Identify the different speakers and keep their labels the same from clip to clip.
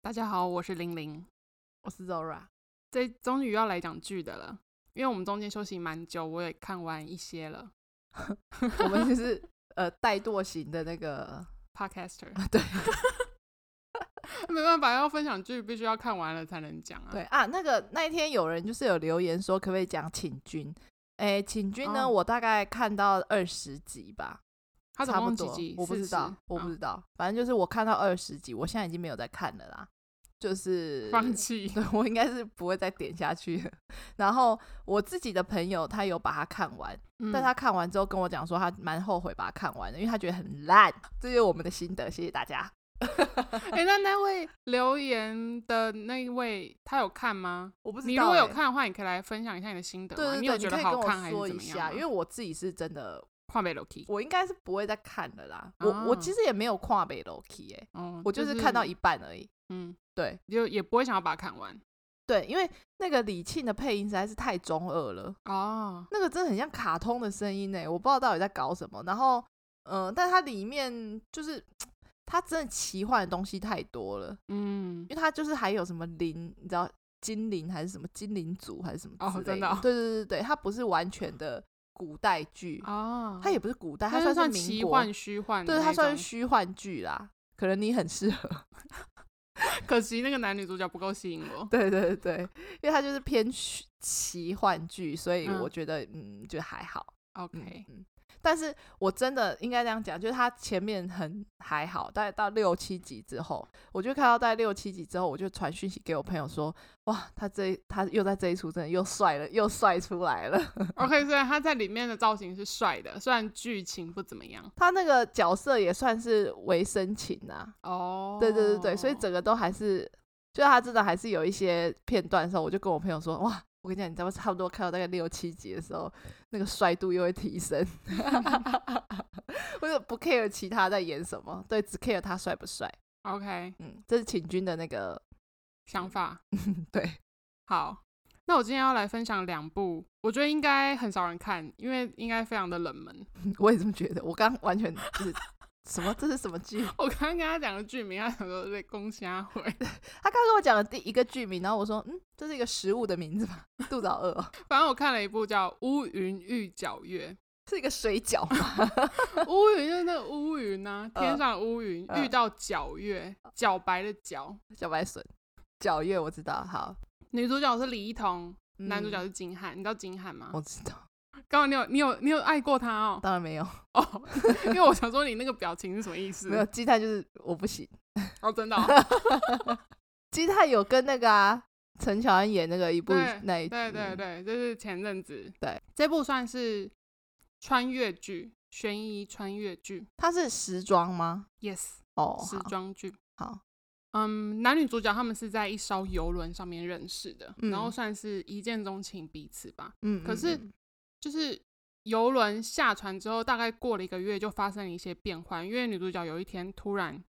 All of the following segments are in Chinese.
Speaker 1: 大家好，我是玲玲。
Speaker 2: 我是 Zora。
Speaker 1: 这终于要来讲剧的了，因为我们中间休息蛮久，我也看完一些了。
Speaker 2: 我们就是 呃怠惰型的那个，
Speaker 1: Podcaster
Speaker 2: 对
Speaker 1: 没办法，要分享剧必须要看完了才能讲啊。
Speaker 2: 对啊，那个那一天有人就是有留言说，可不可以讲请君？哎，请君呢，
Speaker 1: 哦
Speaker 2: 我大概看到二十集吧，
Speaker 1: 它总
Speaker 2: 差不
Speaker 1: 共几
Speaker 2: 多
Speaker 1: 集？，
Speaker 2: 我不知道
Speaker 1: 40，
Speaker 2: 我
Speaker 1: 嗯
Speaker 2: 不知道，反正就是我看到二十集，我现在已经没有在看了啦，就是
Speaker 1: 放弃。
Speaker 2: 对我应该是不会再点下去了。然后我自己的朋友他有把它看完，
Speaker 1: 嗯
Speaker 2: 但他看完之后跟我讲说他蛮后悔把它看完的，因为他觉得很烂。这就是我们的心得，谢谢大家。
Speaker 1: 哎、那那位留言的那一位，他有看吗？
Speaker 2: 我不知道、欸
Speaker 1: 你如果有，看的话，你可以来分享一下你的心得
Speaker 2: 对
Speaker 1: 嘛。
Speaker 2: 对对，
Speaker 1: 你
Speaker 2: 你
Speaker 1: 有觉
Speaker 2: 可
Speaker 1: 得
Speaker 2: 以
Speaker 1: 好
Speaker 2: 跟
Speaker 1: 看
Speaker 2: 我
Speaker 1: 还是
Speaker 2: 说
Speaker 1: 怎
Speaker 2: 一
Speaker 1: 么
Speaker 2: 下，
Speaker 1: 样？
Speaker 2: 因为我自己是真的，
Speaker 1: 跨北 Loki，
Speaker 2: 我应该是不会再看了啦。我我
Speaker 1: 啊
Speaker 2: 其实也没有跨北 Loki 哎、
Speaker 1: 哦，
Speaker 2: 我就是看到
Speaker 1: 是
Speaker 2: 一半而已。
Speaker 1: 嗯，
Speaker 2: 对
Speaker 1: 就也不会想要把它看完
Speaker 2: 对，因为那个李沁的配音实在是太中二了。
Speaker 1: 哦。
Speaker 2: 那个真的很像卡通的声音欸呢，我不知道到底在搞什么。然后，嗯、但它里面就是它真的奇幻的东西太多了，
Speaker 1: 嗯
Speaker 2: 因，为它就是还有什么灵，你知道精灵还是什么精灵族还是什么
Speaker 1: 哦
Speaker 2: 之类
Speaker 1: 真的哦
Speaker 2: 对对对对，它不是完全的古代剧，
Speaker 1: 哦，
Speaker 2: 它也不是古代，它
Speaker 1: 它就
Speaker 2: 啊算
Speaker 1: 算
Speaker 2: 是民
Speaker 1: 奇
Speaker 2: 国，
Speaker 1: 幻虚幻的
Speaker 2: 对，
Speaker 1: 那种，哦
Speaker 2: 它算是虚幻剧啦。可能你很适合，
Speaker 1: 可惜那个男女主角不够吸引我。
Speaker 2: 对对对对，因为它就是偏虚奇幻剧，所以
Speaker 1: 嗯
Speaker 2: 我觉得嗯，就还好。嗯
Speaker 1: OK，
Speaker 2: 嗯，但是我真的应该这样讲，就是他前面很还好，大概到六七集之后，我就看到在六七集之后，我就传讯息给我朋友说，哇，他这一他又在这一出真的又帅了，又帅出来了。
Speaker 1: OK，虽然他在里面的造型是帅的，虽然剧情不怎么样。
Speaker 2: 他那个角色也算是为深情啊，
Speaker 1: 哦，
Speaker 2: 对对对对，所以整个都还是，就他真的还是有一些片段的时候，我就跟我朋友说，哇。我跟你讲，你知道差不多看到大概六七集的时候，那个帅度又会提升。 我就不 care 其他在演什么，对，只 care 他帅不帅。
Speaker 1: OK
Speaker 2: 嗯，这是秦军的那个，
Speaker 1: 想法
Speaker 2: 对，
Speaker 1: 好。那我今天要来分享两部，我觉得应该很少人看，因为应该非常的冷门。
Speaker 2: 我也这么觉得。我刚完全就是什么，这是什么剧？
Speaker 1: 我刚刚跟他讲的剧名，他想说在公虾会，
Speaker 2: 他刚跟我讲的第一个剧名，然后我说，嗯，这是一个食物的名字吧？肚子好饿、哦，
Speaker 1: 反正我看了一部叫《乌云遇皎月》，
Speaker 2: 是一个水饺吗？
Speaker 1: 乌云就是那个乌云呐、
Speaker 2: 呃
Speaker 1: 天上的乌云、
Speaker 2: 呃
Speaker 1: 遇到皎月，皎白的皎。
Speaker 2: 小白笋、皎月，我知道。好，
Speaker 1: 女主角是李一桐，
Speaker 2: 嗯
Speaker 1: 男主角是金瀚。你知道金瀚吗
Speaker 2: 我？知道，
Speaker 1: 刚好你有你有你有爱过他哦
Speaker 2: 当然没有，
Speaker 1: 哦， 因为我想说你那个表情是什么意思
Speaker 2: 没？ 有鸡蛋就是我不行。
Speaker 1: 哦，真的、哦，
Speaker 2: 鸡蛋有跟那个啊，陈乔恩演那个一部
Speaker 1: 对
Speaker 2: 那一
Speaker 1: 对对
Speaker 2: 嗯
Speaker 1: 对，这是前阵子。
Speaker 2: 对，
Speaker 1: 这部算是穿越剧，悬疑穿越剧
Speaker 2: 它是时装吗？
Speaker 1: ，yes，
Speaker 2: 哦，
Speaker 1: 时
Speaker 2: 好，
Speaker 1: 装剧。
Speaker 2: 好，
Speaker 1: 嗯，男女主角他们是在一艘游轮上面认识的，
Speaker 2: 嗯
Speaker 1: 然后算是一见钟情彼此吧。
Speaker 2: 嗯，
Speaker 1: 可
Speaker 2: 嗯
Speaker 1: 是
Speaker 2: 嗯
Speaker 1: 就是游轮下船之后，大概过了一个月，就发生了一些变化。因为女主角有一天突然，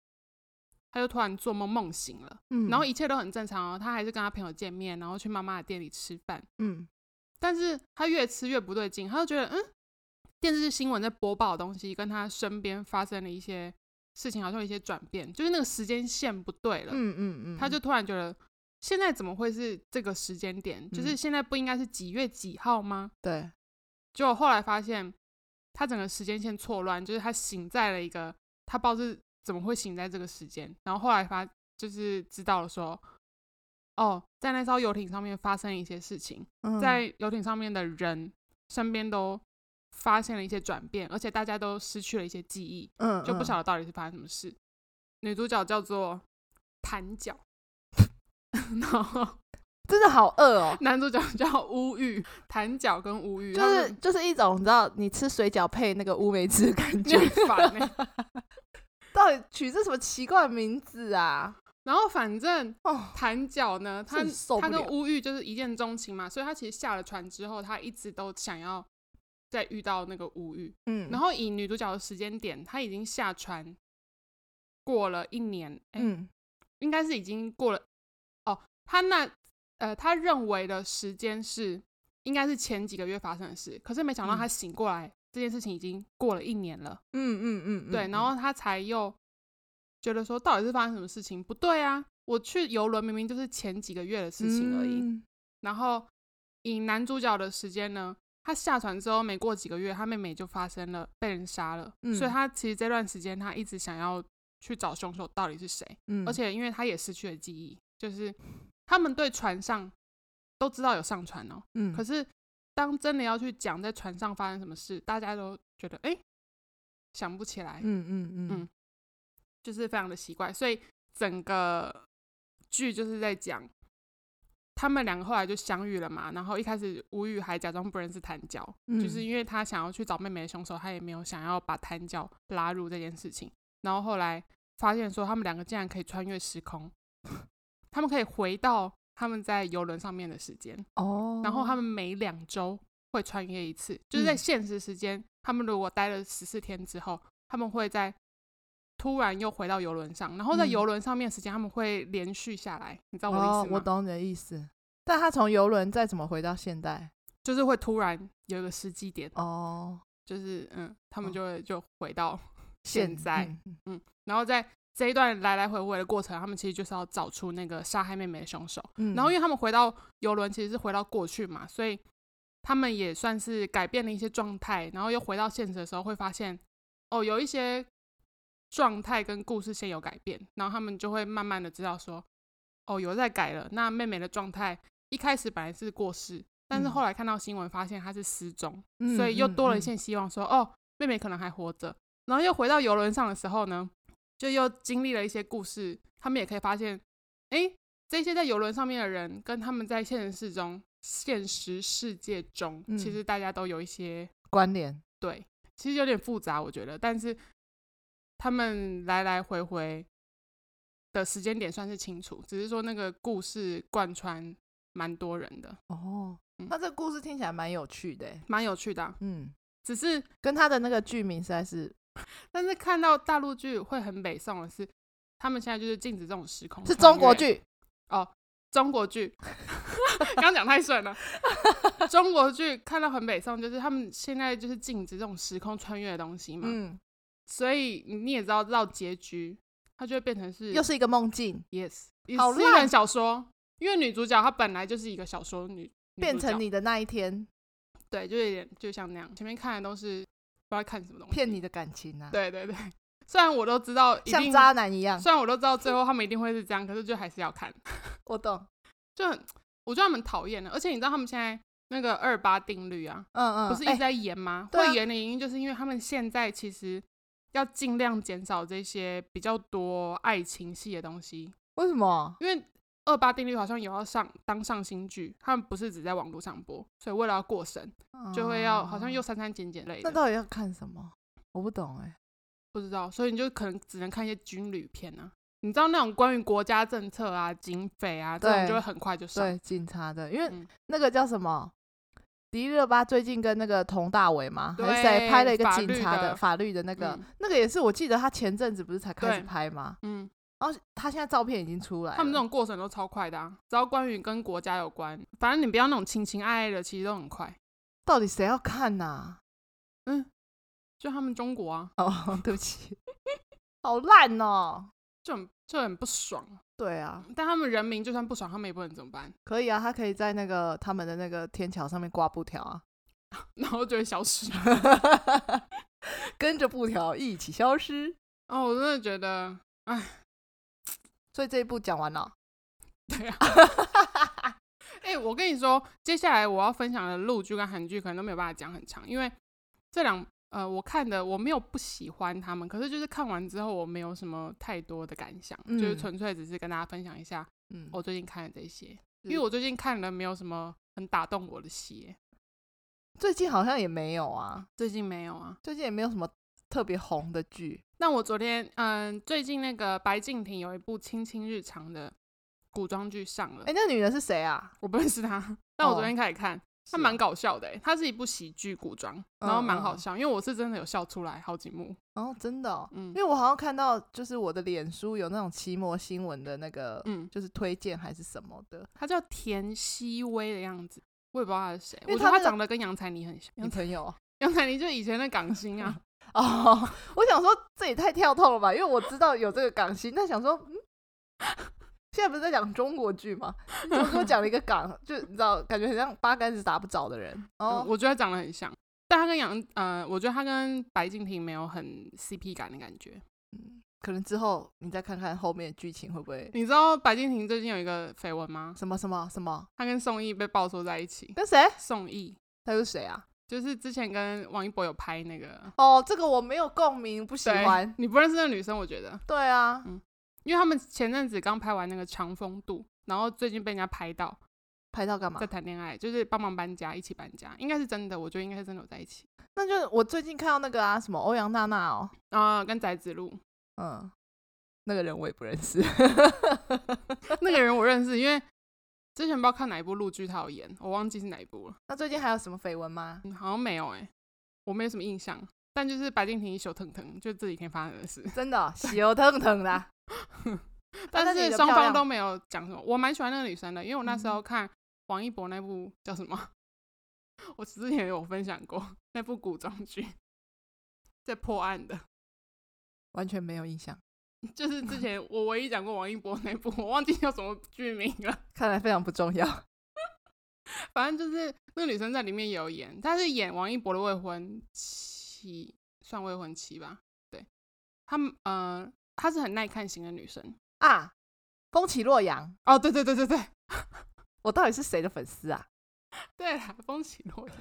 Speaker 1: 她就突然做梦梦醒了，
Speaker 2: 嗯，
Speaker 1: 然后一切都很正常哦。她还是跟她朋友见面，然后去妈妈的店里吃饭。
Speaker 2: 嗯
Speaker 1: 但是她越吃越不对劲，她就觉得嗯，电视新闻在播报的东西跟她身边发生了一些事情，好像有一些转变，就是那个时间线不对了。
Speaker 2: 嗯嗯嗯，
Speaker 1: 他就突然觉得，现在怎么会是这个时间点？就是
Speaker 2: 嗯
Speaker 1: 现在不应该是几月几号吗？
Speaker 2: 对，
Speaker 1: 结果后来发现，他整个时间线错乱，就是他醒在了一个他不知道是怎么会醒在这个时间，然后后来发就是知道了说，哦，在那艘游艇上面发生了一些事情，
Speaker 2: 嗯
Speaker 1: 在游艇上面的人身边都发现了一些转变，而且大家都失去了一些记忆，
Speaker 2: 嗯
Speaker 1: 就不
Speaker 2: 嗯
Speaker 1: 晓得到底是发生什么事。女主角叫做谭角， 然后，
Speaker 2: 真的好饿哦
Speaker 1: 男主角叫乌玉，谭角跟乌玉，
Speaker 2: 就
Speaker 1: 他
Speaker 2: 是
Speaker 1: 们
Speaker 2: 就是一种你知道，你吃水饺配那个乌梅汁的 感
Speaker 1: 你
Speaker 2: 觉，
Speaker 1: 很烦欸
Speaker 2: 到底取这什么奇怪的名字啊？
Speaker 1: 然后反正
Speaker 2: 哦，
Speaker 1: 谭角呢，他
Speaker 2: 真是受
Speaker 1: 他
Speaker 2: 不
Speaker 1: 跟
Speaker 2: 了，
Speaker 1: 乌玉就是一见钟情嘛，所以他其实下了船之后，他一直都想要再遇到那个乌玉。
Speaker 2: 嗯，
Speaker 1: 然后以女主角的时间点，她已经下船过了一年，哎、
Speaker 2: 嗯
Speaker 1: 应该是已经过了哦，他那呃，他认为的时间是应该是前几个月发生的事，可是没想到
Speaker 2: 嗯
Speaker 1: 他醒过来、这件事情已经过了一年了，
Speaker 2: 嗯嗯嗯，
Speaker 1: 对，
Speaker 2: 嗯
Speaker 1: 然后他才又觉得说到底是发生什么事情不对啊，我去游轮明明就是前几个月的事情而已。
Speaker 2: 嗯
Speaker 1: 然后以男主角的时间呢，他下船之后没过几个月，他妹妹就发生了被人杀了，
Speaker 2: 嗯
Speaker 1: 所以他其实这段时间他一直想要去找凶手到底是谁，
Speaker 2: 嗯，
Speaker 1: 而且因为他也失去了记忆，就是他们对船上都知道有上船哦，
Speaker 2: 嗯，
Speaker 1: 可是当真的要去讲在船上发生什么事，大家都觉得哎、诶想不起来，
Speaker 2: 嗯嗯
Speaker 1: 嗯就是非常的奇怪，所以整个剧就是在讲他们两个后来就相遇了嘛，然后一开始吴宇还假装不认识谭娇，
Speaker 2: 嗯，
Speaker 1: 就是因为他想要去找妹妹的凶手，他也没有想要把谭娇拉入这件事情，然后后来发现说他们两个竟然可以穿越时空， 他们可以回到他们在游轮上面的时间，
Speaker 2: 哦，
Speaker 1: 然后他们每两周会穿越一次，就是在
Speaker 2: 嗯
Speaker 1: 现实时间，他们如果待了十四天之后，他们会在突然又回到游轮上，然后在
Speaker 2: 嗯
Speaker 1: 游轮上面的时间他们会连续下来，你知道我的
Speaker 2: 哦
Speaker 1: 意，思
Speaker 2: 我
Speaker 1: 吗？
Speaker 2: 懂你的意思。但他从游轮再怎么回到现代？
Speaker 1: 就是会突然有一个时机点，
Speaker 2: 哦，
Speaker 1: 就是嗯，他们
Speaker 2: 哦
Speaker 1: 就会就回到，现在
Speaker 2: 嗯，嗯
Speaker 1: 然后在这一段来来回回的过程，他们其实就是要找出那个杀害妹妹的凶手。
Speaker 2: 嗯
Speaker 1: 然后因为他们回到游轮其实是回到过去嘛，所以他们也算是改变了一些状态，然后又回到现实的时候会发现，哦，有一些状态跟故事线有改变，然后他们就会慢慢的知道说，哦，有在改了。那妹妹的状态一开始本来是过世，但是
Speaker 2: 嗯
Speaker 1: 后来看到新闻发现她是失踪，
Speaker 2: 嗯
Speaker 1: 所以又
Speaker 2: 嗯
Speaker 1: 多了一
Speaker 2: 嗯
Speaker 1: 线希望说，哦，妹妹可能还活着。然后又回到游轮上的时候呢，就又经历了一些故事，他们也可以发现，诶，这些在游轮上面的人跟他们在现实世中、现实世界中，
Speaker 2: 嗯
Speaker 1: 其实大家都有一些
Speaker 2: 关联。
Speaker 1: 对，其实有点复杂，我觉得，但是他们来来回回的时间点算是清楚，只是说那个故事贯穿蛮多人的，
Speaker 2: 哦，
Speaker 1: 嗯
Speaker 2: 那这个故事听起来蛮有趣的欸。
Speaker 1: 蛮有趣的啊、
Speaker 2: 嗯，
Speaker 1: 只是
Speaker 2: 跟他的那个剧名实在是
Speaker 1: 但是看到大陆剧会很北宋的是，他们现在就是禁止这种时空
Speaker 2: 是
Speaker 1: 哦穿
Speaker 2: 中国
Speaker 1: 越，
Speaker 2: 剧，
Speaker 1: 中国 剧，刚讲太顺了，中国剧看到很北宋，就是他们现在就是禁止这种时空穿越的东西嘛，
Speaker 2: 嗯，
Speaker 1: 所以你也知道到结局，它就会变成是
Speaker 2: 又是一个梦境，
Speaker 1: yes，
Speaker 2: 好
Speaker 1: 是一本
Speaker 2: 烂
Speaker 1: 小说，因为女主角她本来就是一个小说女，女
Speaker 2: 变
Speaker 1: 主角
Speaker 2: 成你的那一天，
Speaker 1: 对，就有点就像那样，前面看的都是不知道看什么东西，
Speaker 2: 骗你的感情啊，
Speaker 1: 对对对， 虽然我都知道一
Speaker 2: 像
Speaker 1: 定
Speaker 2: 渣男一样。
Speaker 1: 虽然我都知道最后他们一定会是这样，可是就还是要看，
Speaker 2: 我懂，
Speaker 1: 就很我觉得他们讨厌的。而且你知道他们现在那个二八定律啊，
Speaker 2: 嗯嗯，
Speaker 1: 不是一
Speaker 2: 哎
Speaker 1: 直在演吗？
Speaker 2: 对啊
Speaker 1: 会演的原因就是因为他们现在其实要尽量减少这些比较多爱情戏的东西，
Speaker 2: 为什么？
Speaker 1: 因为二八定律好像有要上当上新剧，他们不是只在网络上播，所以为了要过审，就会要好像又
Speaker 2: 嗯
Speaker 1: 删删减减类
Speaker 2: 那
Speaker 1: 的，
Speaker 2: 到底要看什么？我不懂哎。
Speaker 1: 不知道，所以你就可能只能看一些军旅片啊。你知道那种关于国家政策啊、警匪啊这种，
Speaker 2: 对
Speaker 1: 就会很快就上。
Speaker 2: 对，警察的，因为
Speaker 1: 嗯
Speaker 2: 那个叫什么？迪丽热巴最近跟那个佟大为嘛，还是
Speaker 1: 对
Speaker 2: 谁拍了一个
Speaker 1: 法
Speaker 2: 警
Speaker 1: 律
Speaker 2: 察
Speaker 1: 的
Speaker 2: 的法律的那个
Speaker 1: 嗯，
Speaker 2: 那个也是我记得他前阵子不是才开
Speaker 1: 对
Speaker 2: 始拍吗？
Speaker 1: 嗯，
Speaker 2: 然后他现在照片已经出来了，
Speaker 1: 他们这种过程都超快的啊，只要关于跟国家有关，反正你不要那种情情爱爱的，其实都很快。
Speaker 2: 到底谁要看呐、
Speaker 1: 就他们中国啊，
Speaker 2: 哦， 对不起，好烂哦。
Speaker 1: 就很就很不爽，
Speaker 2: 对啊，
Speaker 1: 但他们人民就算不爽，他们也不能怎么办，
Speaker 2: 可以啊，他可以在那个他们的那个天桥上面挂布条啊，
Speaker 1: 然后就会消失。
Speaker 2: 跟着布条一起消失。
Speaker 1: 哦，我真的觉得，
Speaker 2: 所以这一部讲完了，
Speaker 1: 对啊。哎、我跟你说，接下来我要分享的陆剧跟韩剧可能都没有办法讲很长，因为这两呃，我看的我没有不喜欢他们，可是就是看完之后我没有什么太多的感想，就是
Speaker 2: 嗯
Speaker 1: 纯粹只是跟大家分享一下
Speaker 2: 嗯，
Speaker 1: 我最近看的这些，因
Speaker 2: 是
Speaker 1: 为我最近看了没有什么很打动我的戏耶，
Speaker 2: 最近好像也没有啊，
Speaker 1: 最近没有啊。
Speaker 2: 最近也没有什么特别红的剧。
Speaker 1: 那我昨天嗯，最近那个白敬亭有一部《青青日常》的古装剧上了，
Speaker 2: 哎、那女人是谁啊？
Speaker 1: 我不认识 他，但我昨
Speaker 2: 哦
Speaker 1: 天开始看，它
Speaker 2: 是
Speaker 1: 蛮
Speaker 2: 哦
Speaker 1: 搞笑的耶，欸它是一部喜剧古装，然后蛮好
Speaker 2: 嗯嗯
Speaker 1: 笑，因为我是真的有笑出来好几幕，
Speaker 2: 哦，真的、哦，
Speaker 1: 嗯
Speaker 2: 因为我好像看到就是我的脸书有那种奇摩新闻的那个，
Speaker 1: 嗯，
Speaker 2: 就是推荐还是什么的，
Speaker 1: 他叫田曦薇的样子，我也不知道他是谁，
Speaker 2: 因为
Speaker 1: 我觉得他
Speaker 2: 他那个
Speaker 1: 长得跟杨采妮很像，
Speaker 2: 你
Speaker 1: 杨采
Speaker 2: 朋 友啊。
Speaker 1: 杨采妮就以前的港星 啊，
Speaker 2: 哦，我想说这也太跳痛了吧，因为我知道有这个港星，但想说，嗯，现在不是在讲中国剧吗？你怎么给我讲了一个港，就你知道，感觉很像八竿子打不着的人。
Speaker 1: 嗯
Speaker 2: 哦，
Speaker 1: 我觉得长得很像，但他跟杨呃，我觉得他跟白敬亭没有很 CP 感的感觉。
Speaker 2: 可能之后你再看看后面的剧情会不会
Speaker 1: 你知道白敬亭最近有一个绯闻吗？
Speaker 2: 什么什么什么
Speaker 1: 他跟宋轶被爆说在一起。
Speaker 2: 跟谁？
Speaker 1: 宋轶
Speaker 2: 他是谁啊？
Speaker 1: 就是之前跟王一博有拍那个，
Speaker 2: 哦，这个我没有共鸣，不喜
Speaker 1: 对
Speaker 2: 欢。
Speaker 1: 你不认识那个女生，我觉得，
Speaker 2: 对啊，
Speaker 1: 因为他们前阵子刚拍完那个《长风渡》，然后最近被人家拍到
Speaker 2: 拍到干嘛
Speaker 1: 在？谈恋爱，就是帮忙搬家，一起搬家，应该是真的，我觉得应该是真的有在一起
Speaker 2: 那就是我最近看到那个啊，什么欧阳娜娜哦，
Speaker 1: 啊、跟翟子路
Speaker 2: 嗯，那个人我也不认识。
Speaker 1: 那个人我认识，因为之前不知道看哪一部陆剧他有演，我忘记是哪一部了，
Speaker 2: 那最近还有什么绯闻吗？
Speaker 1: 嗯好像没有哎、我没有什么印象。但就是白敬亭一宿腾腾，就这几天发生的 事，
Speaker 2: 真的哦喜油腾腾的 啊，
Speaker 1: 但
Speaker 2: 是你
Speaker 1: 是
Speaker 2: 的
Speaker 1: 双
Speaker 2: 漂
Speaker 1: 方
Speaker 2: 亮
Speaker 1: 都没有讲什么。我蛮喜欢那个女生的，因为我那时候
Speaker 2: 嗯
Speaker 1: 看王一博那部叫什么， 我之前有分享过那部古装剧，在破案的，
Speaker 2: 完全没有印象，
Speaker 1: 就是之前我唯一讲过王一博那部，我忘记叫什么剧名了。
Speaker 2: 看来非常不重要。
Speaker 1: 反正就是那个女生在里面也有演，她是演王一博的未婚妻，算未婚妻吧？对，她们呃，她是很耐看型的女生。
Speaker 2: 啊，风起洛阳，
Speaker 1: 哦，对对对对对
Speaker 2: 我到底是谁的粉丝啊？
Speaker 1: 对啦，风起落叶。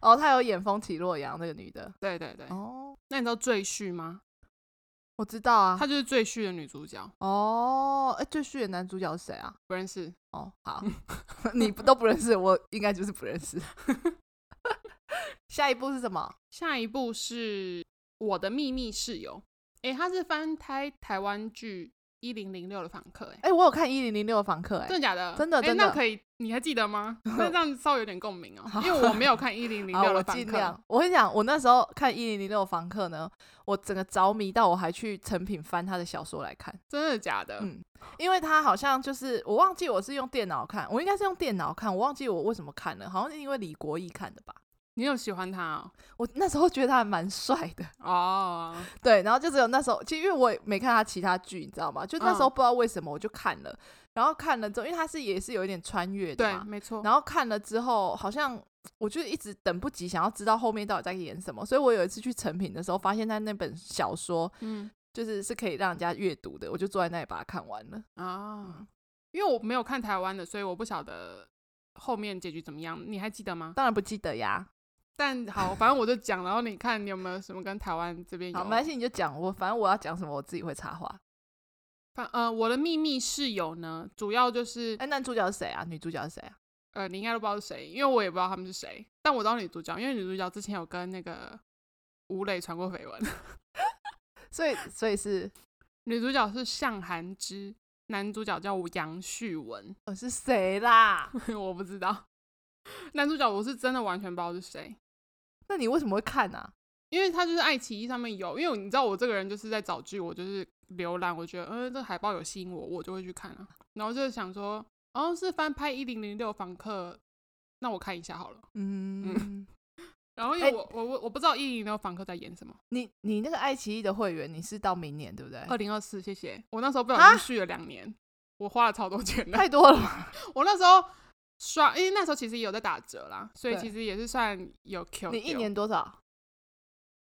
Speaker 2: 哦，她有演《风起洛阳》那个女的。
Speaker 1: 对对对，
Speaker 2: 哦，
Speaker 1: 那你知道赘婿吗？
Speaker 2: 我知道啊
Speaker 1: 她。就是赘婿的女主角，
Speaker 2: 哦，哎，最虚的男主角是谁啊？
Speaker 1: 不认识。
Speaker 2: 哦，好，你不都不认识，我应该就是不认识。下一步是什么？
Speaker 1: 下一部是《我的秘密室友》，诶，她是翻拍台湾剧《一零零六的访客》诶，
Speaker 2: 哎，我有看《一零零六访客》哎，
Speaker 1: 真的假的？
Speaker 2: 真的
Speaker 1: 诶
Speaker 2: 真
Speaker 1: 那
Speaker 2: 的
Speaker 1: 可以，你还记得 吗？那这样稍微有点共鸣哦，因为我没有看《一零零
Speaker 2: 好，
Speaker 1: 六
Speaker 2: 我
Speaker 1: 的访
Speaker 2: 尽
Speaker 1: 客》
Speaker 2: 量。我跟你讲，我那时候看《一零零六房客》呢，我整个着迷到我还去成品翻他的小说来看，
Speaker 1: 真的假的？
Speaker 2: 嗯因为他好像就是我忘记我是用电脑看，我应该是用电脑看，我忘记我为什么看了，好像是因为李国义看的吧。
Speaker 1: 你有喜欢他哦？
Speaker 2: 我那时候觉得他还蛮帅的，
Speaker 1: 哦，
Speaker 2: 对，然后就只有那时候，其实因为我也没看他其他剧，你知道吗？就那时候
Speaker 1: 嗯
Speaker 2: 不知道为什么我就看了，然后看了之后，因为他是也是有一点穿越的
Speaker 1: 对，
Speaker 2: 嘛，
Speaker 1: 没错。
Speaker 2: 然后看了之后，好像我就一直等不及想要知道后面到底在演什么，所以我有一次去成品的时候，发现他那本小说
Speaker 1: 嗯
Speaker 2: 就是是可以让人家阅读的，我就坐在那里把它看完了。
Speaker 1: 啊，因为我没有看台湾的，所以我不晓得后面结局怎么样。你还记得吗？
Speaker 2: 当然不记得呀，
Speaker 1: 但好，反正我就讲，然后你看你有没有什么跟台湾这边有
Speaker 2: 好，没关系，你就讲我，反正我要讲什么我自己会插话。
Speaker 1: 反呃，我的秘密室友呢，主要就是
Speaker 2: 哎、男主角是谁啊？女主角是谁啊？
Speaker 1: 呃，你应该都不知道是谁，因为我也不知道他们是谁，但我知道女主角，因为女主角之前有跟那个吴磊传过 绯闻。
Speaker 2: 所以所以是
Speaker 1: 女主角是向涵之，男主角叫杨旭文。
Speaker 2: 呃是谁啦？
Speaker 1: 我不知道。男主角我是真的完全不知道是谁，
Speaker 2: 那你为什么会看啊？
Speaker 1: 因为他就是爱奇艺上面有，因为你知道我这个人就是在找剧，我就是浏览，我觉得嗯、呃这海报有吸引我，我就会去看啊。然后就想说，哦是翻拍一零零六房客，那我看一下好了。
Speaker 2: 嗯，
Speaker 1: 然后因
Speaker 2: 哎
Speaker 1: 为我、我我我不知道一零零六房客在演什么，
Speaker 2: 你你那个爱奇艺的会员你是到明年对不对？
Speaker 1: 二零二四谢谢。我那时候不
Speaker 2: 啊
Speaker 1: 小心续了两年，我花了超多钱的。
Speaker 2: 太多 了吧，
Speaker 1: 我那时候刷，因为那时候其实也有在打折啦，所以
Speaker 2: 对
Speaker 1: 其实也是算有 Q。
Speaker 2: 你一年多少？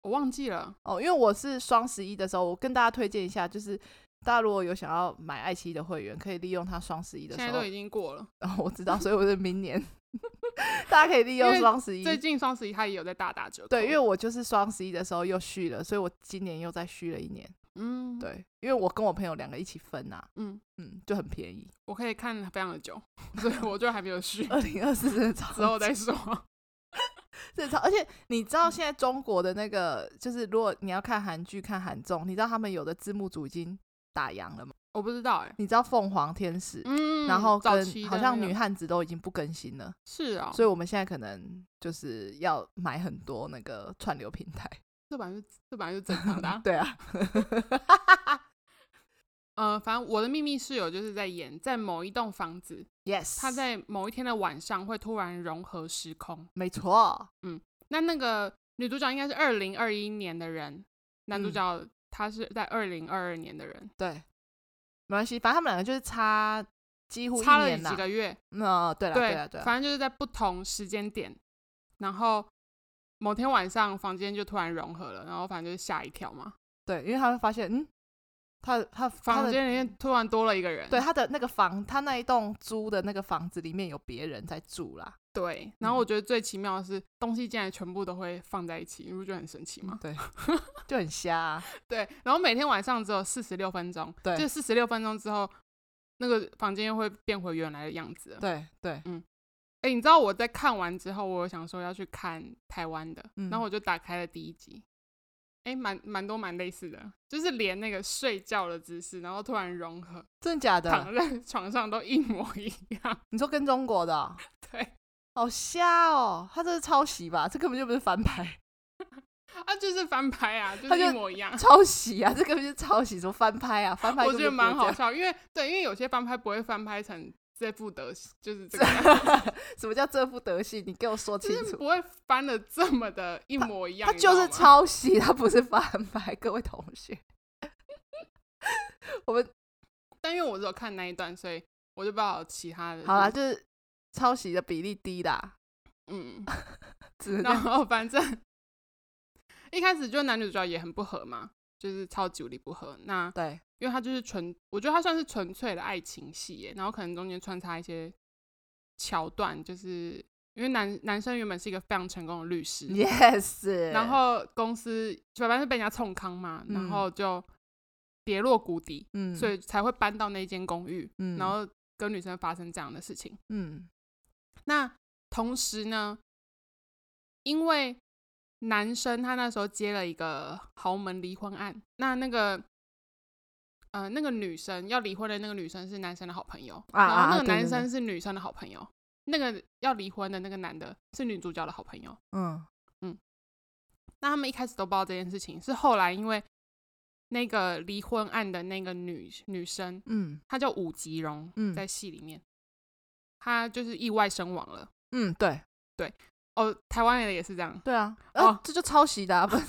Speaker 1: 我忘记了，
Speaker 2: 哦，因为我是双十一的时候，我跟大家推荐一下，就是大家如果有想要买爱奇艺的会员，可以利用它双十一的
Speaker 1: 现
Speaker 2: 时
Speaker 1: 在
Speaker 2: 候
Speaker 1: 都。已经过了。
Speaker 2: 然 后、我知道，所以我是明年， 大家可以利用
Speaker 1: 因为
Speaker 2: 双十一。
Speaker 1: 最近哦双十一它也有在大打折扣。
Speaker 2: 对，因为我就是双十一的时候又续了，所以我今年又再续了一年。
Speaker 1: 嗯，，
Speaker 2: 对，因为我跟我朋友两个一起分啊，
Speaker 1: 嗯，
Speaker 2: 嗯，就很便宜。
Speaker 1: 我可以看非常的久， 所以我就还没有续，
Speaker 2: 二零二四真的超
Speaker 1: 之后再说。
Speaker 2: 这超，而且你知
Speaker 1: 嗯
Speaker 2: 道现在中国的那个，就是如果你要看韩剧、看韩综，你知道他们有的字幕组已经打烊了吗？
Speaker 1: 我不知道哎、
Speaker 2: 你知道凤凰天使，
Speaker 1: 嗯，
Speaker 2: 然后
Speaker 1: 早
Speaker 2: 跟
Speaker 1: 期的
Speaker 2: 好像
Speaker 1: 那个
Speaker 2: 女汉子都已经不更新了，
Speaker 1: 是啊、
Speaker 2: 所以我们现在可能就是要买很多那个串流平台。。
Speaker 1: 这本来就这本来就正常的、啊
Speaker 2: 对啊，
Speaker 1: 呃，反正我的秘密室友就是在演，在某一栋房子，
Speaker 2: ，yes，
Speaker 1: 他在某一天的晚上会突然融合时空。
Speaker 2: 没错，
Speaker 1: 那那个女主角应该是二零二一年的人，男主
Speaker 2: 嗯
Speaker 1: 角他是在二零二二年的人。
Speaker 2: 对，没关系，反正他们两个就是差几乎一
Speaker 1: 差了
Speaker 2: 年
Speaker 1: 几
Speaker 2: 啦。
Speaker 1: 个月，
Speaker 2: 嗯，对了，对了，对了，
Speaker 1: 反正就是在不同时间点，然后某天晚上房间就突然融合了，然后反正就是吓一跳嘛，
Speaker 2: 对，因为他会发现，嗯，他他他
Speaker 1: 房
Speaker 2: 的嗯
Speaker 1: 间里面突然多了一个人，
Speaker 2: 对他的那个房，他那一栋租的那个房子里面有别人在住啦。
Speaker 1: 对，然后我
Speaker 2: 嗯
Speaker 1: 觉得最奇妙的是东西竟然全部都会放在一起，你不觉得很神奇吗？
Speaker 2: 对， 就很瞎啊、
Speaker 1: 对，然后每天晚上只有四十六分钟，
Speaker 2: 对
Speaker 1: 就四十六分钟之后，那个房间又会变回原来的样子了。
Speaker 2: 对对，
Speaker 1: 哎、你知道我在看完之后，我有想说要去看台湾的，
Speaker 2: 嗯
Speaker 1: 然后我就打开了第一集，哎、蛮蛮多蛮类似的，就是连那个睡觉的姿势，然后突然融合，
Speaker 2: 真的假的？
Speaker 1: 躺在床上都一模一样。
Speaker 2: 你说跟中国的哦、
Speaker 1: 对，
Speaker 2: 好瞎哦！他这是抄袭吧？这根本就不是翻拍，
Speaker 1: 啊，就是翻拍啊，就
Speaker 2: 他
Speaker 1: 是
Speaker 2: 就
Speaker 1: 一模一样。
Speaker 2: 抄袭啊！这根本就是抄袭，什么翻拍啊？翻拍
Speaker 1: 我
Speaker 2: 根
Speaker 1: 觉得
Speaker 2: 本就
Speaker 1: 蛮
Speaker 2: 不
Speaker 1: 好
Speaker 2: 会
Speaker 1: 笑，因为对，因为有些翻拍不会翻拍成这副德行，就是这
Speaker 2: 这
Speaker 1: 个样子，
Speaker 2: 样。什么叫这副德行？你给我说清
Speaker 1: 就是
Speaker 2: 楚。
Speaker 1: 不会翻的这么的一模一样。
Speaker 2: 他
Speaker 1: 你知道
Speaker 2: 就是
Speaker 1: 吗
Speaker 2: 抄袭，他不是翻拍。各位同学， 我们
Speaker 1: 但因为我只有看那一段，所以我就不知道有其他的。
Speaker 2: 好啦，，就是抄袭的比例低啦，
Speaker 1: 嗯，
Speaker 2: 只 能这
Speaker 1: 然
Speaker 2: 样
Speaker 1: 后反正一开始就男女主角也很不合嘛，就是超级无敌不合。那
Speaker 2: 对
Speaker 1: 因为他就是纯，我觉得他算是纯粹的爱情戏耶，然后可能中间穿插一些桥段，就是因为男男生原本是一个非常成功的律师
Speaker 2: ，yes。
Speaker 1: 然后公司就反正被人家冲康嘛，
Speaker 2: 嗯
Speaker 1: 然后就跌落谷底，
Speaker 2: 嗯，
Speaker 1: 所以才会搬到那间公寓，
Speaker 2: 嗯，
Speaker 1: 然后跟女生发生这样的事情。
Speaker 2: 嗯
Speaker 1: 那同时呢，因为男生他那时候接了一个豪门离婚案，那那个呃那个女生要离婚的那个女生是男生的好朋友，
Speaker 2: 啊
Speaker 1: 然后
Speaker 2: 啊
Speaker 1: 那
Speaker 2: 啊
Speaker 1: 个
Speaker 2: 对
Speaker 1: 男
Speaker 2: 对对
Speaker 1: 生是女生的好朋友，那个要离婚的那个男的是女主角的好朋友。
Speaker 2: 嗯
Speaker 1: 那他们一开始都不知道这件事情，是后来因为那个离婚案的那个女女生，
Speaker 2: 嗯
Speaker 1: 她叫武吉荣，
Speaker 2: 嗯
Speaker 1: 在戏里面，她就是意外身亡了。
Speaker 2: 嗯，对
Speaker 1: 哦，台湾人也是这样。
Speaker 2: 对啊，
Speaker 1: 哦
Speaker 2: 啊，这就抄袭的啊，不是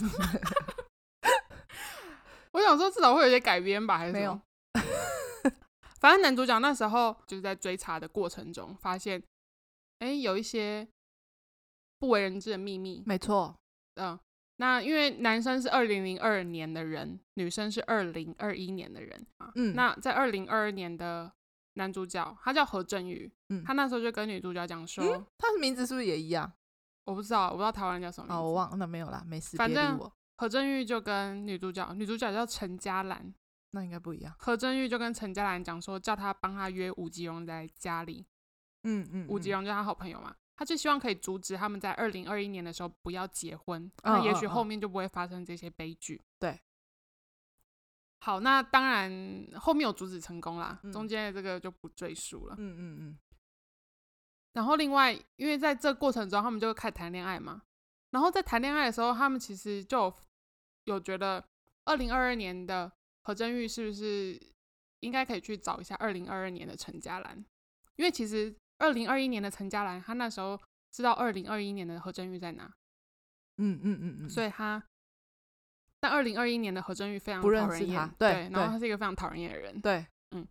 Speaker 1: 我想说，至少会有一些改编吧，还是什么
Speaker 2: 没有？
Speaker 1: 反正男主角那时候就是在追查的过程中，发现，哎、有一些不为人知的秘密。
Speaker 2: 没错，
Speaker 1: 嗯，那因为男生是二零零二年的人，女生是二零二一年的人啊。
Speaker 2: 嗯
Speaker 1: 那在二零二二年的男主角，他叫何振宇，
Speaker 2: 嗯
Speaker 1: 他那时候就跟女主角讲说，
Speaker 2: 嗯他的名字是不是也一样？
Speaker 1: 我不知道，我不知道台湾人叫什么名
Speaker 2: 哦，
Speaker 1: 字。
Speaker 2: 我忘了，那没有啦，没事，
Speaker 1: 反
Speaker 2: 别理
Speaker 1: 正
Speaker 2: 我，
Speaker 1: 何振宇就跟女主角，女主角叫陈嘉兰，
Speaker 2: 那应该不一样。
Speaker 1: 何振宇就跟陈嘉兰讲说，叫他帮他约吴吉荣来家里，
Speaker 2: 嗯嗯，
Speaker 1: 吴吉
Speaker 2: 嗯
Speaker 1: 荣就是他好朋友嘛。他就希望可以阻止他们在二零二一年的时候不要结婚，
Speaker 2: 嗯
Speaker 1: 那也许
Speaker 2: 嗯嗯
Speaker 1: 后面就不会发生这些悲剧。
Speaker 2: 对，
Speaker 1: 好，那当然后面有阻止成功啦，
Speaker 2: 嗯
Speaker 1: 中间的这个就不赘述了。
Speaker 2: 嗯嗯嗯，
Speaker 1: 然后另外，因为在这过程中他们就会开始谈恋爱嘛，然后在谈恋爱的时候，他们其实就有有觉得二零二二年的何振玉是不是应该可以去找一下二零二二年的陈嘉兰，因为其实二零二一年的陈嘉兰，她那时候知道二零二一年的何振玉在哪，
Speaker 2: 嗯嗯嗯嗯，
Speaker 1: 所
Speaker 2: 以
Speaker 1: 以她但二零二一年的何振玉非常
Speaker 2: 不认
Speaker 1: 讨人
Speaker 2: 识他
Speaker 1: 厌
Speaker 2: 对
Speaker 1: 对，然
Speaker 2: 对
Speaker 1: 后他是一个非常讨人厌的人，
Speaker 2: 对，
Speaker 1: 嗯，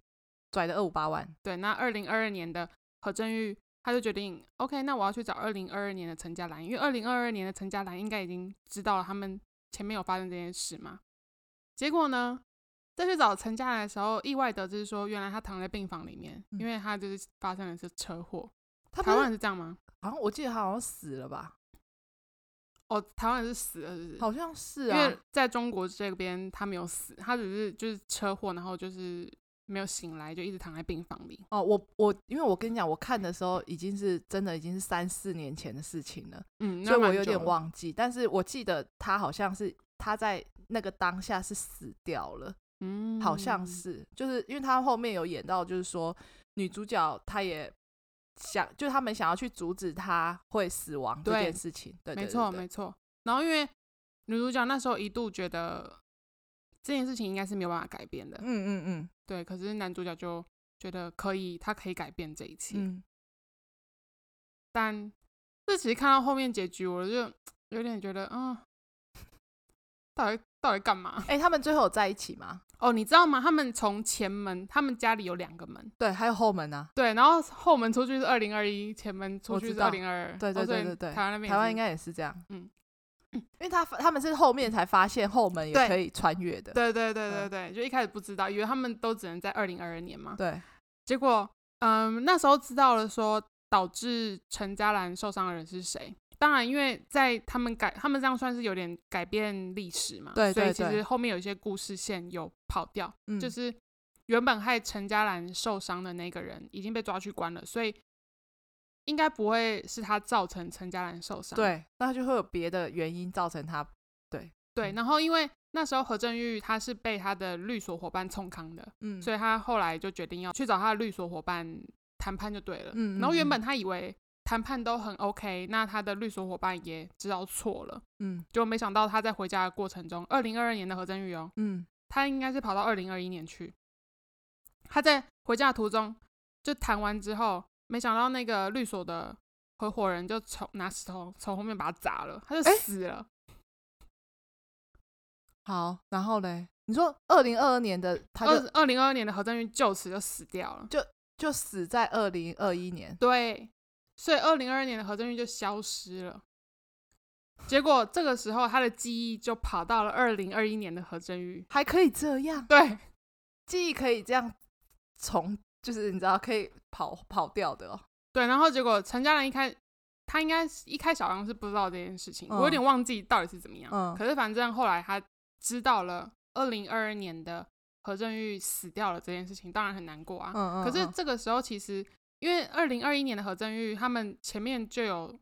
Speaker 2: 拽了二五八万，
Speaker 1: 对，那二零二二年的何振玉，他就决定，OK，那我要去找二零二二年的陈嘉兰，因为二零二二年的陈嘉兰应该已经知道了他们前面有发生这件事嘛。结果呢，再去找陈嘉兰的时候，意外得知说，原来他躺在病房里面，因
Speaker 2: 嗯
Speaker 1: 为他就是发生的是车祸。
Speaker 2: 他不
Speaker 1: 台
Speaker 2: 是
Speaker 1: 湾人是这样吗？
Speaker 2: 好像我记得他好像死了吧？
Speaker 1: 哦，台湾人是死了，是不是？
Speaker 2: 好像是
Speaker 1: 因为
Speaker 2: 啊，
Speaker 1: 在中国这边他没有死，他只是就是车祸，然后就是没有醒来，就一直躺在病房里。
Speaker 2: 哦，我我因为我跟你讲，我看的时候已经是真的已经是三四年前的事情了，
Speaker 1: 嗯，
Speaker 2: 所以
Speaker 1: 那
Speaker 2: 我
Speaker 1: 蛮
Speaker 2: 有
Speaker 1: 久
Speaker 2: 点
Speaker 1: 了。
Speaker 2: 忘记，但是我记得他好像是他在那个当下是死掉了。
Speaker 1: 嗯，
Speaker 2: 好像是，就是因为他后面有演到，就是说女主角她也想，就是他们想要去阻止她会死亡这
Speaker 1: 对
Speaker 2: 件事情，对，
Speaker 1: 没
Speaker 2: 对
Speaker 1: 错，
Speaker 2: 对
Speaker 1: 没错。然后因为女主角那时候一度觉得这件事情应该是没有办法改变的，
Speaker 2: 嗯嗯嗯
Speaker 1: 对。可是男主角就觉得可以，他可以改变这一切。
Speaker 2: 嗯，
Speaker 1: 但这其实看到后面结局，我就有点觉得，嗯，到底到底干嘛？
Speaker 2: 哎、他们最后有在一起吗？
Speaker 1: 哦，你知道吗？他们从前门，他们家里有两个门，
Speaker 2: 对，还有后门啊，
Speaker 1: 对，然后后门出去是二零二一，前门出
Speaker 2: 我
Speaker 1: 去
Speaker 2: 知
Speaker 1: 是
Speaker 2: 道
Speaker 1: 二零二二，
Speaker 2: 对对
Speaker 1: 哦所以
Speaker 2: 对对对
Speaker 1: 台湾那边也
Speaker 2: 台湾
Speaker 1: 是
Speaker 2: 应该也是这样，
Speaker 1: 嗯，
Speaker 2: 因为他他们是后面才发现后门也
Speaker 1: 对
Speaker 2: 可以穿越的，
Speaker 1: 对对对对
Speaker 2: 嗯
Speaker 1: 对，就一开始不知道，以为他们都只能在二零二二年嘛。
Speaker 2: 对
Speaker 1: 结果，嗯，那时候知道了说导致陈嘉兰受伤的人是谁。当然，因为在他们改，他们这样算是有点改变历史嘛，
Speaker 2: 对对
Speaker 1: 所以其
Speaker 2: 对
Speaker 1: 实后面有一些故事线有跑掉，
Speaker 2: 嗯，
Speaker 1: 就是原本害陈嘉兰受伤的那个人已经被抓去关了，所以应该不会是他造成陈嘉兰受伤。
Speaker 2: 对，那就会有别的原因造成他，
Speaker 1: 对，然后因为那时候何振玉他是被他的律所伙伴冲康的，
Speaker 2: 嗯，
Speaker 1: 所以他后来就决定要去找他的律所伙伴谈判就对了。
Speaker 2: 嗯嗯
Speaker 1: 然后原
Speaker 2: 嗯
Speaker 1: 本他以为谈判都很 OK，那他的律所伙伴也知道错了，
Speaker 2: 嗯
Speaker 1: 就没想到他在回家的过程中，二零二二年的何振玉哦，
Speaker 2: 嗯，
Speaker 1: 他应该是跑到二零二一年去。他在回家的途中就谈完之后，没想到那个律所的合伙人就从拿石头从后面把他砸了，他就
Speaker 2: 诶
Speaker 1: 死了。
Speaker 2: 好，然后嘞，你说二零二二年的他就
Speaker 1: 二二零二二年的何振玉就此就死掉了。
Speaker 2: 就死在二零二一年，
Speaker 1: 对，所以二零二二年的何振玉就消失了。结果这个时候，他的记忆就跑到了二零二一年的何振玉。
Speaker 2: 还可以这样，
Speaker 1: 对
Speaker 2: 记忆可以这样从，就是你知道可以跑跑掉的哦，
Speaker 1: 对，然后结果陈嘉兰一开，他应该是一开始好像是不知道这件事情，我有
Speaker 2: 嗯
Speaker 1: 点忘记到底是怎么样。
Speaker 2: 嗯
Speaker 1: 可是反正后来他知道了二零二二年的何振玉死掉了这件事情，当然很难过啊。
Speaker 2: 嗯嗯，
Speaker 1: 可是
Speaker 2: 嗯
Speaker 1: 这个时候，其实因为二零二一年的何振玉，他们前面就有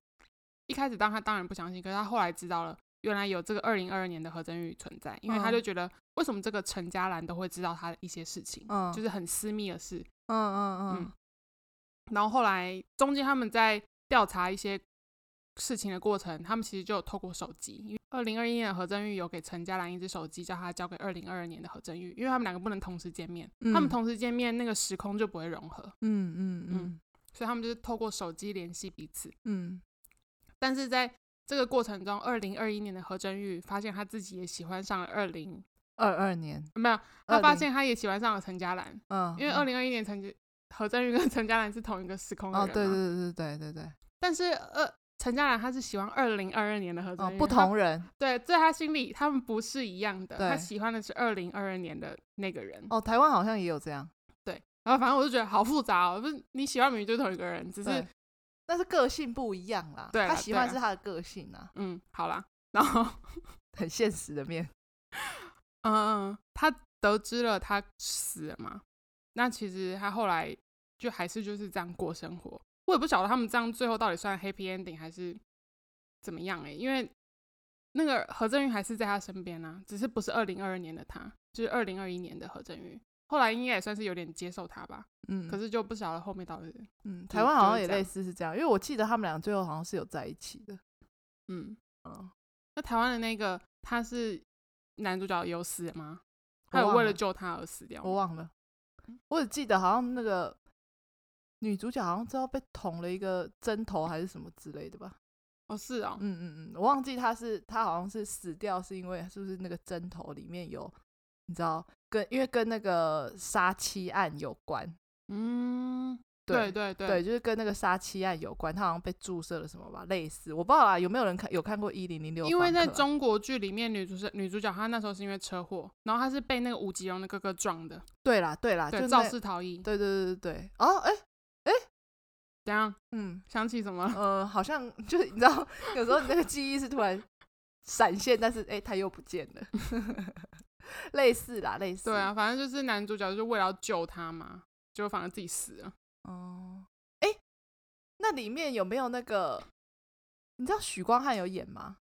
Speaker 1: 一开始，当他当然不相信，可是他后来知道了，原来有这个二零二二年的何振玉存在，因为他
Speaker 2: 嗯
Speaker 1: 就觉得为什么这个陈嘉兰都会知道他的一些事情，
Speaker 2: 嗯
Speaker 1: 就是很私密的事。
Speaker 2: 嗯嗯
Speaker 1: 嗯然后后来中间他们在调查一些事情的过程，他们其实就有透过手机，因为二零二一年的何振玉有给陈嘉兰一只手机，叫他交给二零二二年的何振玉，因为他们两个不能同时见面，
Speaker 2: 嗯，
Speaker 1: 他们同时见面那个时空就不会融合。
Speaker 2: 嗯嗯嗯
Speaker 1: 所以他们就是透过手机联系彼此。
Speaker 2: 嗯
Speaker 1: 但是在这个过程中，二零二一年的何真玉发现他自己也喜欢上了二零，
Speaker 2: 二二年，
Speaker 1: 没有，他发
Speaker 2: 20
Speaker 1: 现他也喜欢上了陈嘉兰，
Speaker 2: 嗯，
Speaker 1: 因为
Speaker 2: 嗯
Speaker 1: 二零二一年陈何真玉跟陈嘉兰是同一个时空的
Speaker 2: 哦
Speaker 1: 人、
Speaker 2: 对。对对对对对
Speaker 1: 但是呃，陈嘉兰她是喜欢二零二二年的何
Speaker 2: 对，哦
Speaker 1: 真玉，
Speaker 2: 不
Speaker 1: 她
Speaker 2: 同人
Speaker 1: 对，在他心里他们不是一样的，
Speaker 2: 对
Speaker 1: 他喜欢的是二零二二年的那个人。
Speaker 2: 哦，台湾好像也有这样，
Speaker 1: 然后反正我就觉得好复杂哦，不是你喜欢明明就是同一个人，只是
Speaker 2: 对。但是个性不一样啦，
Speaker 1: 对啦
Speaker 2: 他喜
Speaker 1: 对
Speaker 2: 欢
Speaker 1: 啦
Speaker 2: 是他的个性啊，
Speaker 1: 嗯，好啦，然后
Speaker 2: 很现实 的面，
Speaker 1: 嗯，他得知了他死了嘛，那其实他后来就还是就是这样过生活。我也不晓得他们这样最后到底算 happy ending 还是怎么样哎、因为那个何振玉还是在他身边啊，只是不是二零二二年的他，就是二零二一年的何振玉。后来应该也算是有点接受他吧，
Speaker 2: 嗯，
Speaker 1: 可是就不晓得后面到底是
Speaker 2: 嗯，
Speaker 1: 就
Speaker 2: 台湾好
Speaker 1: 就是
Speaker 2: 像也
Speaker 1: 这样
Speaker 2: 类似是这样，因为我记得他们俩最后好像是有在一起的，
Speaker 1: 嗯。
Speaker 2: 嗯，
Speaker 1: 那台湾的那个他是男主角有死了吗？他
Speaker 2: 我
Speaker 1: 有
Speaker 2: 忘
Speaker 1: 为了
Speaker 2: 了
Speaker 1: 救他而死掉
Speaker 2: 我
Speaker 1: 吗？
Speaker 2: 忘了，
Speaker 1: 嗯
Speaker 2: 我只记得好像那个女主角好像最后被捅了一个针头还是什么之类的吧，
Speaker 1: 哦，是哦，
Speaker 2: 嗯嗯嗯，我忘记她是她好像是死掉是因为是不是那个针头里面有你知道跟因为跟那个杀妻案有关，
Speaker 1: 嗯，
Speaker 2: 对
Speaker 1: 对对
Speaker 2: 对，就是跟那个杀妻案有关，他好像被注射了什么吧，类似，我不知道啊，有没有人看有啊看过一零零六？
Speaker 1: 因为在中国剧里面，女主角女主角她那时候是因为车祸，然后她是被那个吴吉荣的哥哥撞的，
Speaker 2: 对啦对啊啦，就
Speaker 1: 对，
Speaker 2: 那
Speaker 1: 肇事逃逸。
Speaker 2: 对对对对对，哦哎、
Speaker 1: 怎样？
Speaker 2: 嗯
Speaker 1: 想起什么了？
Speaker 2: 呃，好像 就是你知道，有时候你那个记忆是突然闪现，但是哎、它又不见了， 类似啦类似，
Speaker 1: 对啊，反正就是男主角就是为了要救她嘛，结果反而自己死了。
Speaker 2: 哦，哎、那里面有没有那个？你知道许光汉有演吗？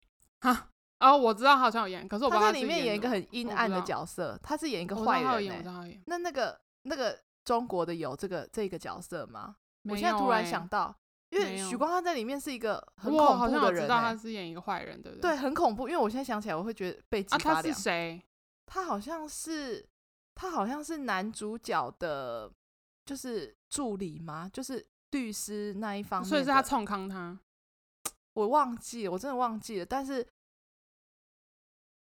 Speaker 1: 哦，我知道她好像有演，可是我不
Speaker 2: 他
Speaker 1: 知道
Speaker 2: 在
Speaker 1: 她
Speaker 2: 里
Speaker 1: 是
Speaker 2: 面演一
Speaker 1: 哪
Speaker 2: 个很阴
Speaker 1: 我不
Speaker 2: 暗
Speaker 1: 知
Speaker 2: 的
Speaker 1: 道
Speaker 2: 角色，他是演一个
Speaker 1: 我知道
Speaker 2: 坏
Speaker 1: 她有
Speaker 2: 人、
Speaker 1: 演，我知
Speaker 2: 欸。
Speaker 1: 道她有演。
Speaker 2: 那那个那个中国的有这个这个角色吗？我
Speaker 1: 没
Speaker 2: 现在突
Speaker 1: 有
Speaker 2: 然
Speaker 1: 欸
Speaker 2: 想，到，因为
Speaker 1: 没
Speaker 2: 许
Speaker 1: 有
Speaker 2: 光汉在里面是一个很
Speaker 1: 哇，
Speaker 2: 恐
Speaker 1: 好
Speaker 2: 怖
Speaker 1: 像
Speaker 2: 的
Speaker 1: 我知
Speaker 2: 人、
Speaker 1: 道她
Speaker 2: 欸，
Speaker 1: 是演一个坏人，对不对？
Speaker 2: 对，很恐怖。因为我现在想起来，我会觉得背脊
Speaker 1: 啊，
Speaker 2: 发
Speaker 1: 她是
Speaker 2: 凉。
Speaker 1: 谁？
Speaker 2: 他好像是他好像是男主角的，就是助理吗？就是律师那一方面的，
Speaker 1: 所以是她冲康她。
Speaker 2: 我忘记了，我真的忘记了。但是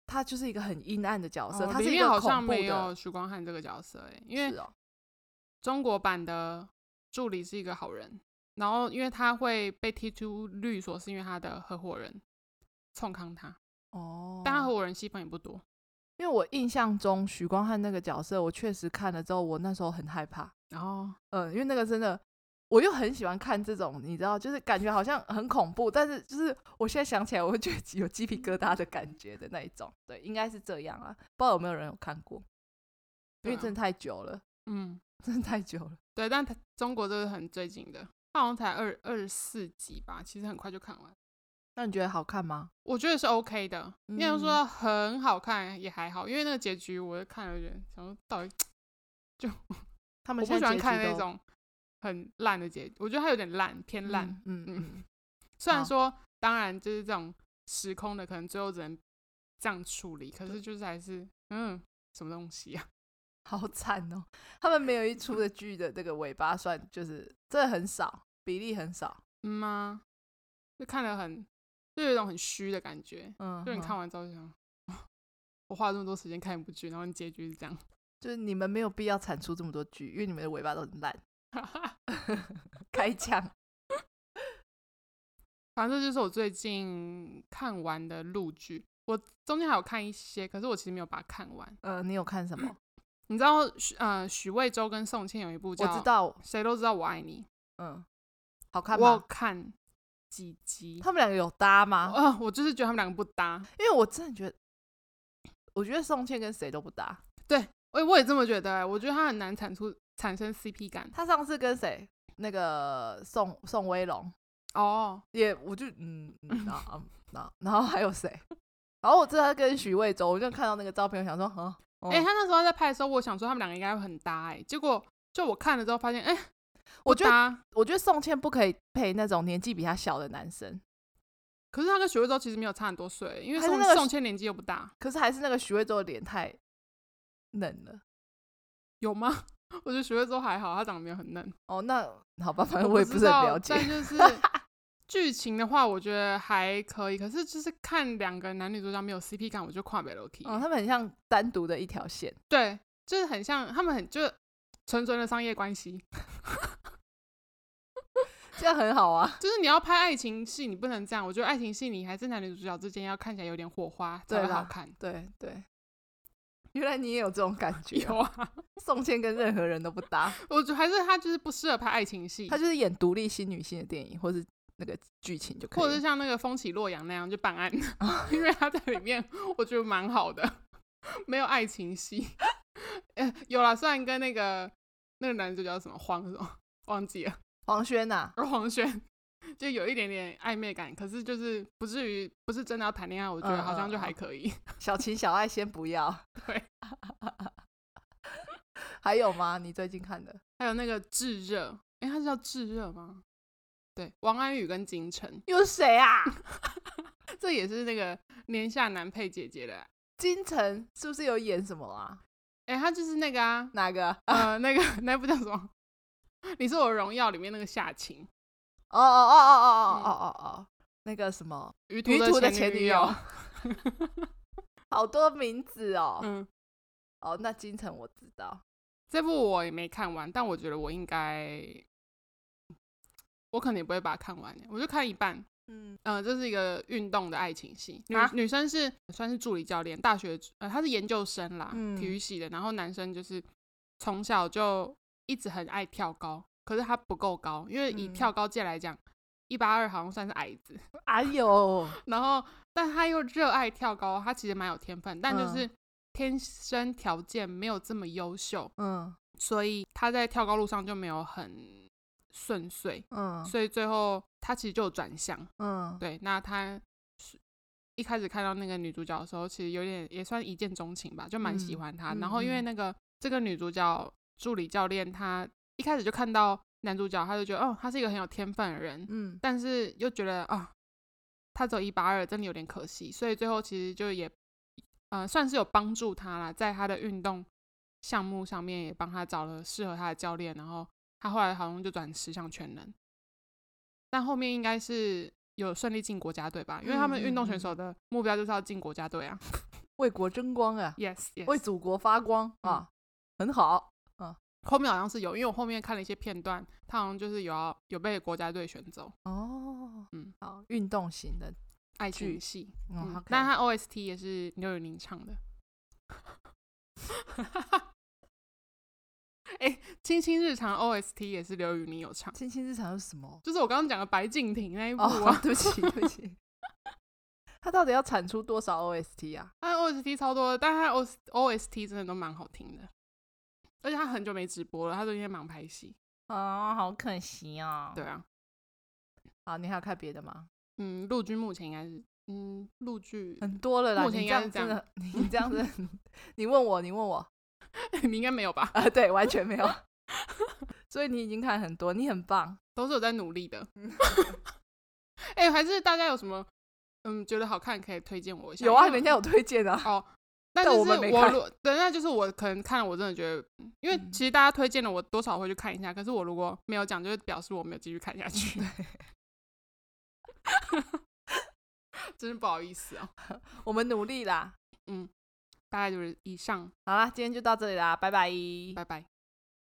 Speaker 2: 他就是一个很阴暗的角色，
Speaker 1: 哦
Speaker 2: 他
Speaker 1: 里
Speaker 2: 是一
Speaker 1: 面
Speaker 2: 个
Speaker 1: 好
Speaker 2: 恐
Speaker 1: 像
Speaker 2: 怖
Speaker 1: 没有
Speaker 2: 的，
Speaker 1: 许光汉这个角色诶、因为
Speaker 2: 是哦，
Speaker 1: 中国版的助理是一个好人，然后因为他会被踢出律所，是因为他的合伙人冲康他，
Speaker 2: 哦，
Speaker 1: 但他合伙人戏份也不多。
Speaker 2: 因为我印象中许光汉那个角色，我确实看了之后，我那时候很害怕，
Speaker 1: 然后
Speaker 2: 嗯，因为那个真的，我又很喜欢看这种，你知道，就是感觉好像很恐怖，但是就是我现在想起来，我会觉得有鸡皮疙瘩的感觉的那一种。对，应该是这样啊，不知道有没有人有看过，
Speaker 1: 对
Speaker 2: 因为
Speaker 1: 啊
Speaker 2: 真的太久了，
Speaker 1: 嗯，
Speaker 2: 真的太久了。
Speaker 1: 对，但他中国这是很最近的，他好像才二二十四集吧，其实很快就看完。
Speaker 2: 那你觉得好看吗？
Speaker 1: 我觉得是 OK 的，你想
Speaker 2: 嗯
Speaker 1: 说很好看也还好，因为那个结局我看了，觉得想说到底
Speaker 2: 他们
Speaker 1: 我不
Speaker 2: 现
Speaker 1: 喜
Speaker 2: 在
Speaker 1: 欢
Speaker 2: 结局
Speaker 1: 看那
Speaker 2: 都
Speaker 1: 种很烂的结局，我觉得它有点烂，偏烂。，
Speaker 2: 嗯
Speaker 1: 嗯
Speaker 2: 嗯嗯，
Speaker 1: 虽然
Speaker 2: 好
Speaker 1: 说，当然就是这种时空的，可能最后只能这样处理，可是就是还是嗯，什么东西啊？
Speaker 2: 好惨哦，他们没有一出的剧的这个尾巴算，就是真的很少，比例很少，
Speaker 1: 嗯吗、就看得很，就有一种很虚的感觉。
Speaker 2: 嗯，
Speaker 1: 就你
Speaker 2: 哼
Speaker 1: 看完之后就想， 我花了这么多时间看一部剧，然后你结局是这样，
Speaker 2: 就是你们没有必要产出这么多剧，因为你们的尾巴都很烂，开枪。
Speaker 1: 反正这就是我最近看完的陆剧。我中间还有看一些，可是我其实没有把它看完。
Speaker 2: 呃，你有看什么？
Speaker 1: 你知道许呃许魏洲跟宋茜有一部
Speaker 2: 我
Speaker 1: 叫
Speaker 2: 知道，
Speaker 1: 谁都知道我爱你，
Speaker 2: 嗯，好看
Speaker 1: 我有
Speaker 2: 吗？
Speaker 1: 看几集。
Speaker 2: 他们两个有搭吗？
Speaker 1: 啊，我就是觉得他们两个不搭。
Speaker 2: 因为我真的觉得，我觉得宋茜跟谁都不搭。
Speaker 1: 哎，我也这么觉得、我觉得他很难产出产生 CP 感。
Speaker 2: 她上次跟谁？那个宋宋威龙
Speaker 1: 哦，
Speaker 2: 也，我就嗯，嗯然后嗯然后然后还有谁？然后我知道他跟徐渭州，我就看到那个照片，我想说，嗯，哦
Speaker 1: 哎、他那时候在拍的时候，我想说他们两个应该会很搭、哎，结果就我看了之后发现，哎、
Speaker 2: 我
Speaker 1: 不
Speaker 2: 觉得
Speaker 1: 搭。
Speaker 2: 我觉得宋茜不可以配那种年纪比她小的男生，
Speaker 1: 可是他跟许魏洲其实没有差很多岁，因为
Speaker 2: 还是
Speaker 1: 宋
Speaker 2: 那个
Speaker 1: 宋茜年纪又不大，
Speaker 2: 可是还是那个徐渭州的脸太嫩了。
Speaker 1: 有吗？ 我觉得许魏洲还好，他长得没有很嫩。
Speaker 2: 哦，那好吧，
Speaker 1: 我
Speaker 2: 反正呃我也
Speaker 1: 不知
Speaker 2: 不是
Speaker 1: 道
Speaker 2: 很了解。
Speaker 1: 但就是 剧情的话，我觉得还可以。可是就是看两个男女主角没有 CP 感，我就跨北楼梯。
Speaker 2: 嗯，他们很像单独的一条线。
Speaker 1: 对，就是很像他们很就纯纯的商业关系，
Speaker 2: 这样很好啊。
Speaker 1: 就是你要拍爱情戏，你不能这样。我觉得爱情戏你还是男女主角之间要看起来有点火花才
Speaker 2: 对
Speaker 1: 会好
Speaker 2: 啦
Speaker 1: 看。
Speaker 2: 对对，原来你也有这种感觉哦、
Speaker 1: 有啊，
Speaker 2: 宋茜跟任何人都不 搭，
Speaker 1: 我觉得还是他就是不适合拍爱情戏
Speaker 2: 她，就是演独立新女性的电影，或是那个剧情就可以
Speaker 1: 或
Speaker 2: 了。
Speaker 1: 者是像那个风起洛阳那样就办案， 因为他在里面我觉得蛮好的，没有爱情戏。 呃，有啦，虽然跟那个那个男主角什么黄什么忘记了，
Speaker 2: 黄轩呐、
Speaker 1: 而黄轩就有一点点暧昧感，可是就是不至于不是真的要谈恋爱，我觉得
Speaker 2: 嗯
Speaker 1: 好像就
Speaker 2: 嗯
Speaker 1: 还
Speaker 2: 嗯
Speaker 1: 可以。
Speaker 2: 小情小爱先不要。
Speaker 1: 对，
Speaker 2: 还有吗？你最近看的？
Speaker 1: 还有那个炙热，哎、它是叫炙热吗？对，王安宇跟金晨，
Speaker 2: 有谁啊？
Speaker 1: 这也是那个年下男配姐姐的。 啊
Speaker 2: 金晨是不是有演什么啊？
Speaker 1: 哎、他就是那个啊，
Speaker 2: 哪个？
Speaker 1: 呃，那个那部叫什么？ 你是我荣耀里面那个夏晴，
Speaker 2: 哦哦哦哦哦哦哦哦哦，那个什么，
Speaker 1: 于
Speaker 2: 余
Speaker 1: 途
Speaker 2: 途的
Speaker 1: 前
Speaker 2: 前女
Speaker 1: 友
Speaker 2: 友。 好多名字哦。
Speaker 1: 嗯，
Speaker 2: 哦，那金城我知道，
Speaker 1: 这部我也没看完，但我觉得我应该，我可能也不会把它看完，我就看一半。
Speaker 2: 嗯，
Speaker 1: 呃，这是一个运动的爱情戏，女、
Speaker 2: 啊
Speaker 1: 女生是算是助理教练，大学呃她是研究生啦，
Speaker 2: 嗯
Speaker 1: 体育系的，然后男生就是从小就一直很爱跳高，可是他不够高，因为以
Speaker 2: 嗯
Speaker 1: 跳高界来讲，一八二好像算是矮子，
Speaker 2: 哎呦，
Speaker 1: 然后但他又热爱跳高，他其实蛮有天分，但就
Speaker 2: 嗯
Speaker 1: 是天生条件没有这么优秀，
Speaker 2: 嗯
Speaker 1: 所以他在跳高路上就没有很顺遂，
Speaker 2: 嗯
Speaker 1: 所以最后他其实就有转向。
Speaker 2: 嗯，
Speaker 1: 对，那他是一开始看到那个女主角的时候，其实有点也算一见钟情吧，就蛮喜
Speaker 2: 嗯
Speaker 1: 欢她。
Speaker 2: 嗯
Speaker 1: 然后因为那个这个女主角助理教练，她一开始就看到男主角，她就觉得哦，他是一个很有天分的人，
Speaker 2: 嗯
Speaker 1: 但是又觉得啊，他走一八二真的有点可惜，所以最后其实就也呃算是有帮助他啦，在他的运动项目上面也帮他找了适合他的教练，然后他后来好像就转十项全能，但后面应该是有顺利进国家队吧，因为他们
Speaker 2: 嗯嗯
Speaker 1: 运动选手的目标就是要进国家队啊，
Speaker 2: 为国争光啊，
Speaker 1: Yes, yes。
Speaker 2: 为祖国发光啊，很好。
Speaker 1: 后面好像是有，因为我后面看了一些片段，他好像就是有要有被国家队选走，
Speaker 2: 哦，
Speaker 1: 嗯，
Speaker 2: 好，运动型的，
Speaker 1: 爱
Speaker 2: 剧
Speaker 1: 情戏。
Speaker 2: 嗯，
Speaker 1: 嗯
Speaker 2: 好，
Speaker 1: 但他 OST 也是刘宇宁唱的。哎、青青日常》OST 也是刘宇宁有唱，
Speaker 2: 亲亲日常是什 么？
Speaker 1: 就是我刚刚讲的白敬亭那一部
Speaker 2: 哦
Speaker 1: 啊，，
Speaker 2: 对不起，对不起。 他到底要产出多少 OST 啊？
Speaker 1: 他 OST 超多的，但他 O OST 真的都蛮好听的，而且他很久没直播了，他最近在忙拍戏。
Speaker 2: 啊、好可惜啊
Speaker 1: 对，啊，
Speaker 2: 好，你还有看别的吗？
Speaker 1: 嗯，陆军目前应该是，嗯，陆剧、
Speaker 2: 很多了啦，
Speaker 1: 目前
Speaker 2: 你
Speaker 1: 应
Speaker 2: 这
Speaker 1: 该
Speaker 2: 样
Speaker 1: 是
Speaker 2: 真
Speaker 1: 这
Speaker 2: 的，你这样子， 你问我，你问我，
Speaker 1: 你应该没有吧？
Speaker 2: 啊，对，完全没有。所以你已经看很多，你很棒。
Speaker 1: 都是有在努力的。
Speaker 2: 嗯
Speaker 1: 哎、还是大家有什么嗯觉得好看可以推荐我一下？
Speaker 2: 有啊，
Speaker 1: 因为
Speaker 2: 人家有推荐啊。
Speaker 1: 哦，那
Speaker 2: 但
Speaker 1: 就
Speaker 2: 我
Speaker 1: 是
Speaker 2: 们没
Speaker 1: 我
Speaker 2: 看
Speaker 1: 如对，那就是我可能看了，我真的觉得，嗯因为
Speaker 2: 嗯
Speaker 1: 其实大家推荐了，我多少会去看一下。可是我如果没有讲，就是表示我没有继续看下去。 真是不好意思啊。
Speaker 2: 我们努力啦。
Speaker 1: 大概就是以上，
Speaker 2: 好啦，今天就到这里啦，拜拜。
Speaker 1: 拜拜。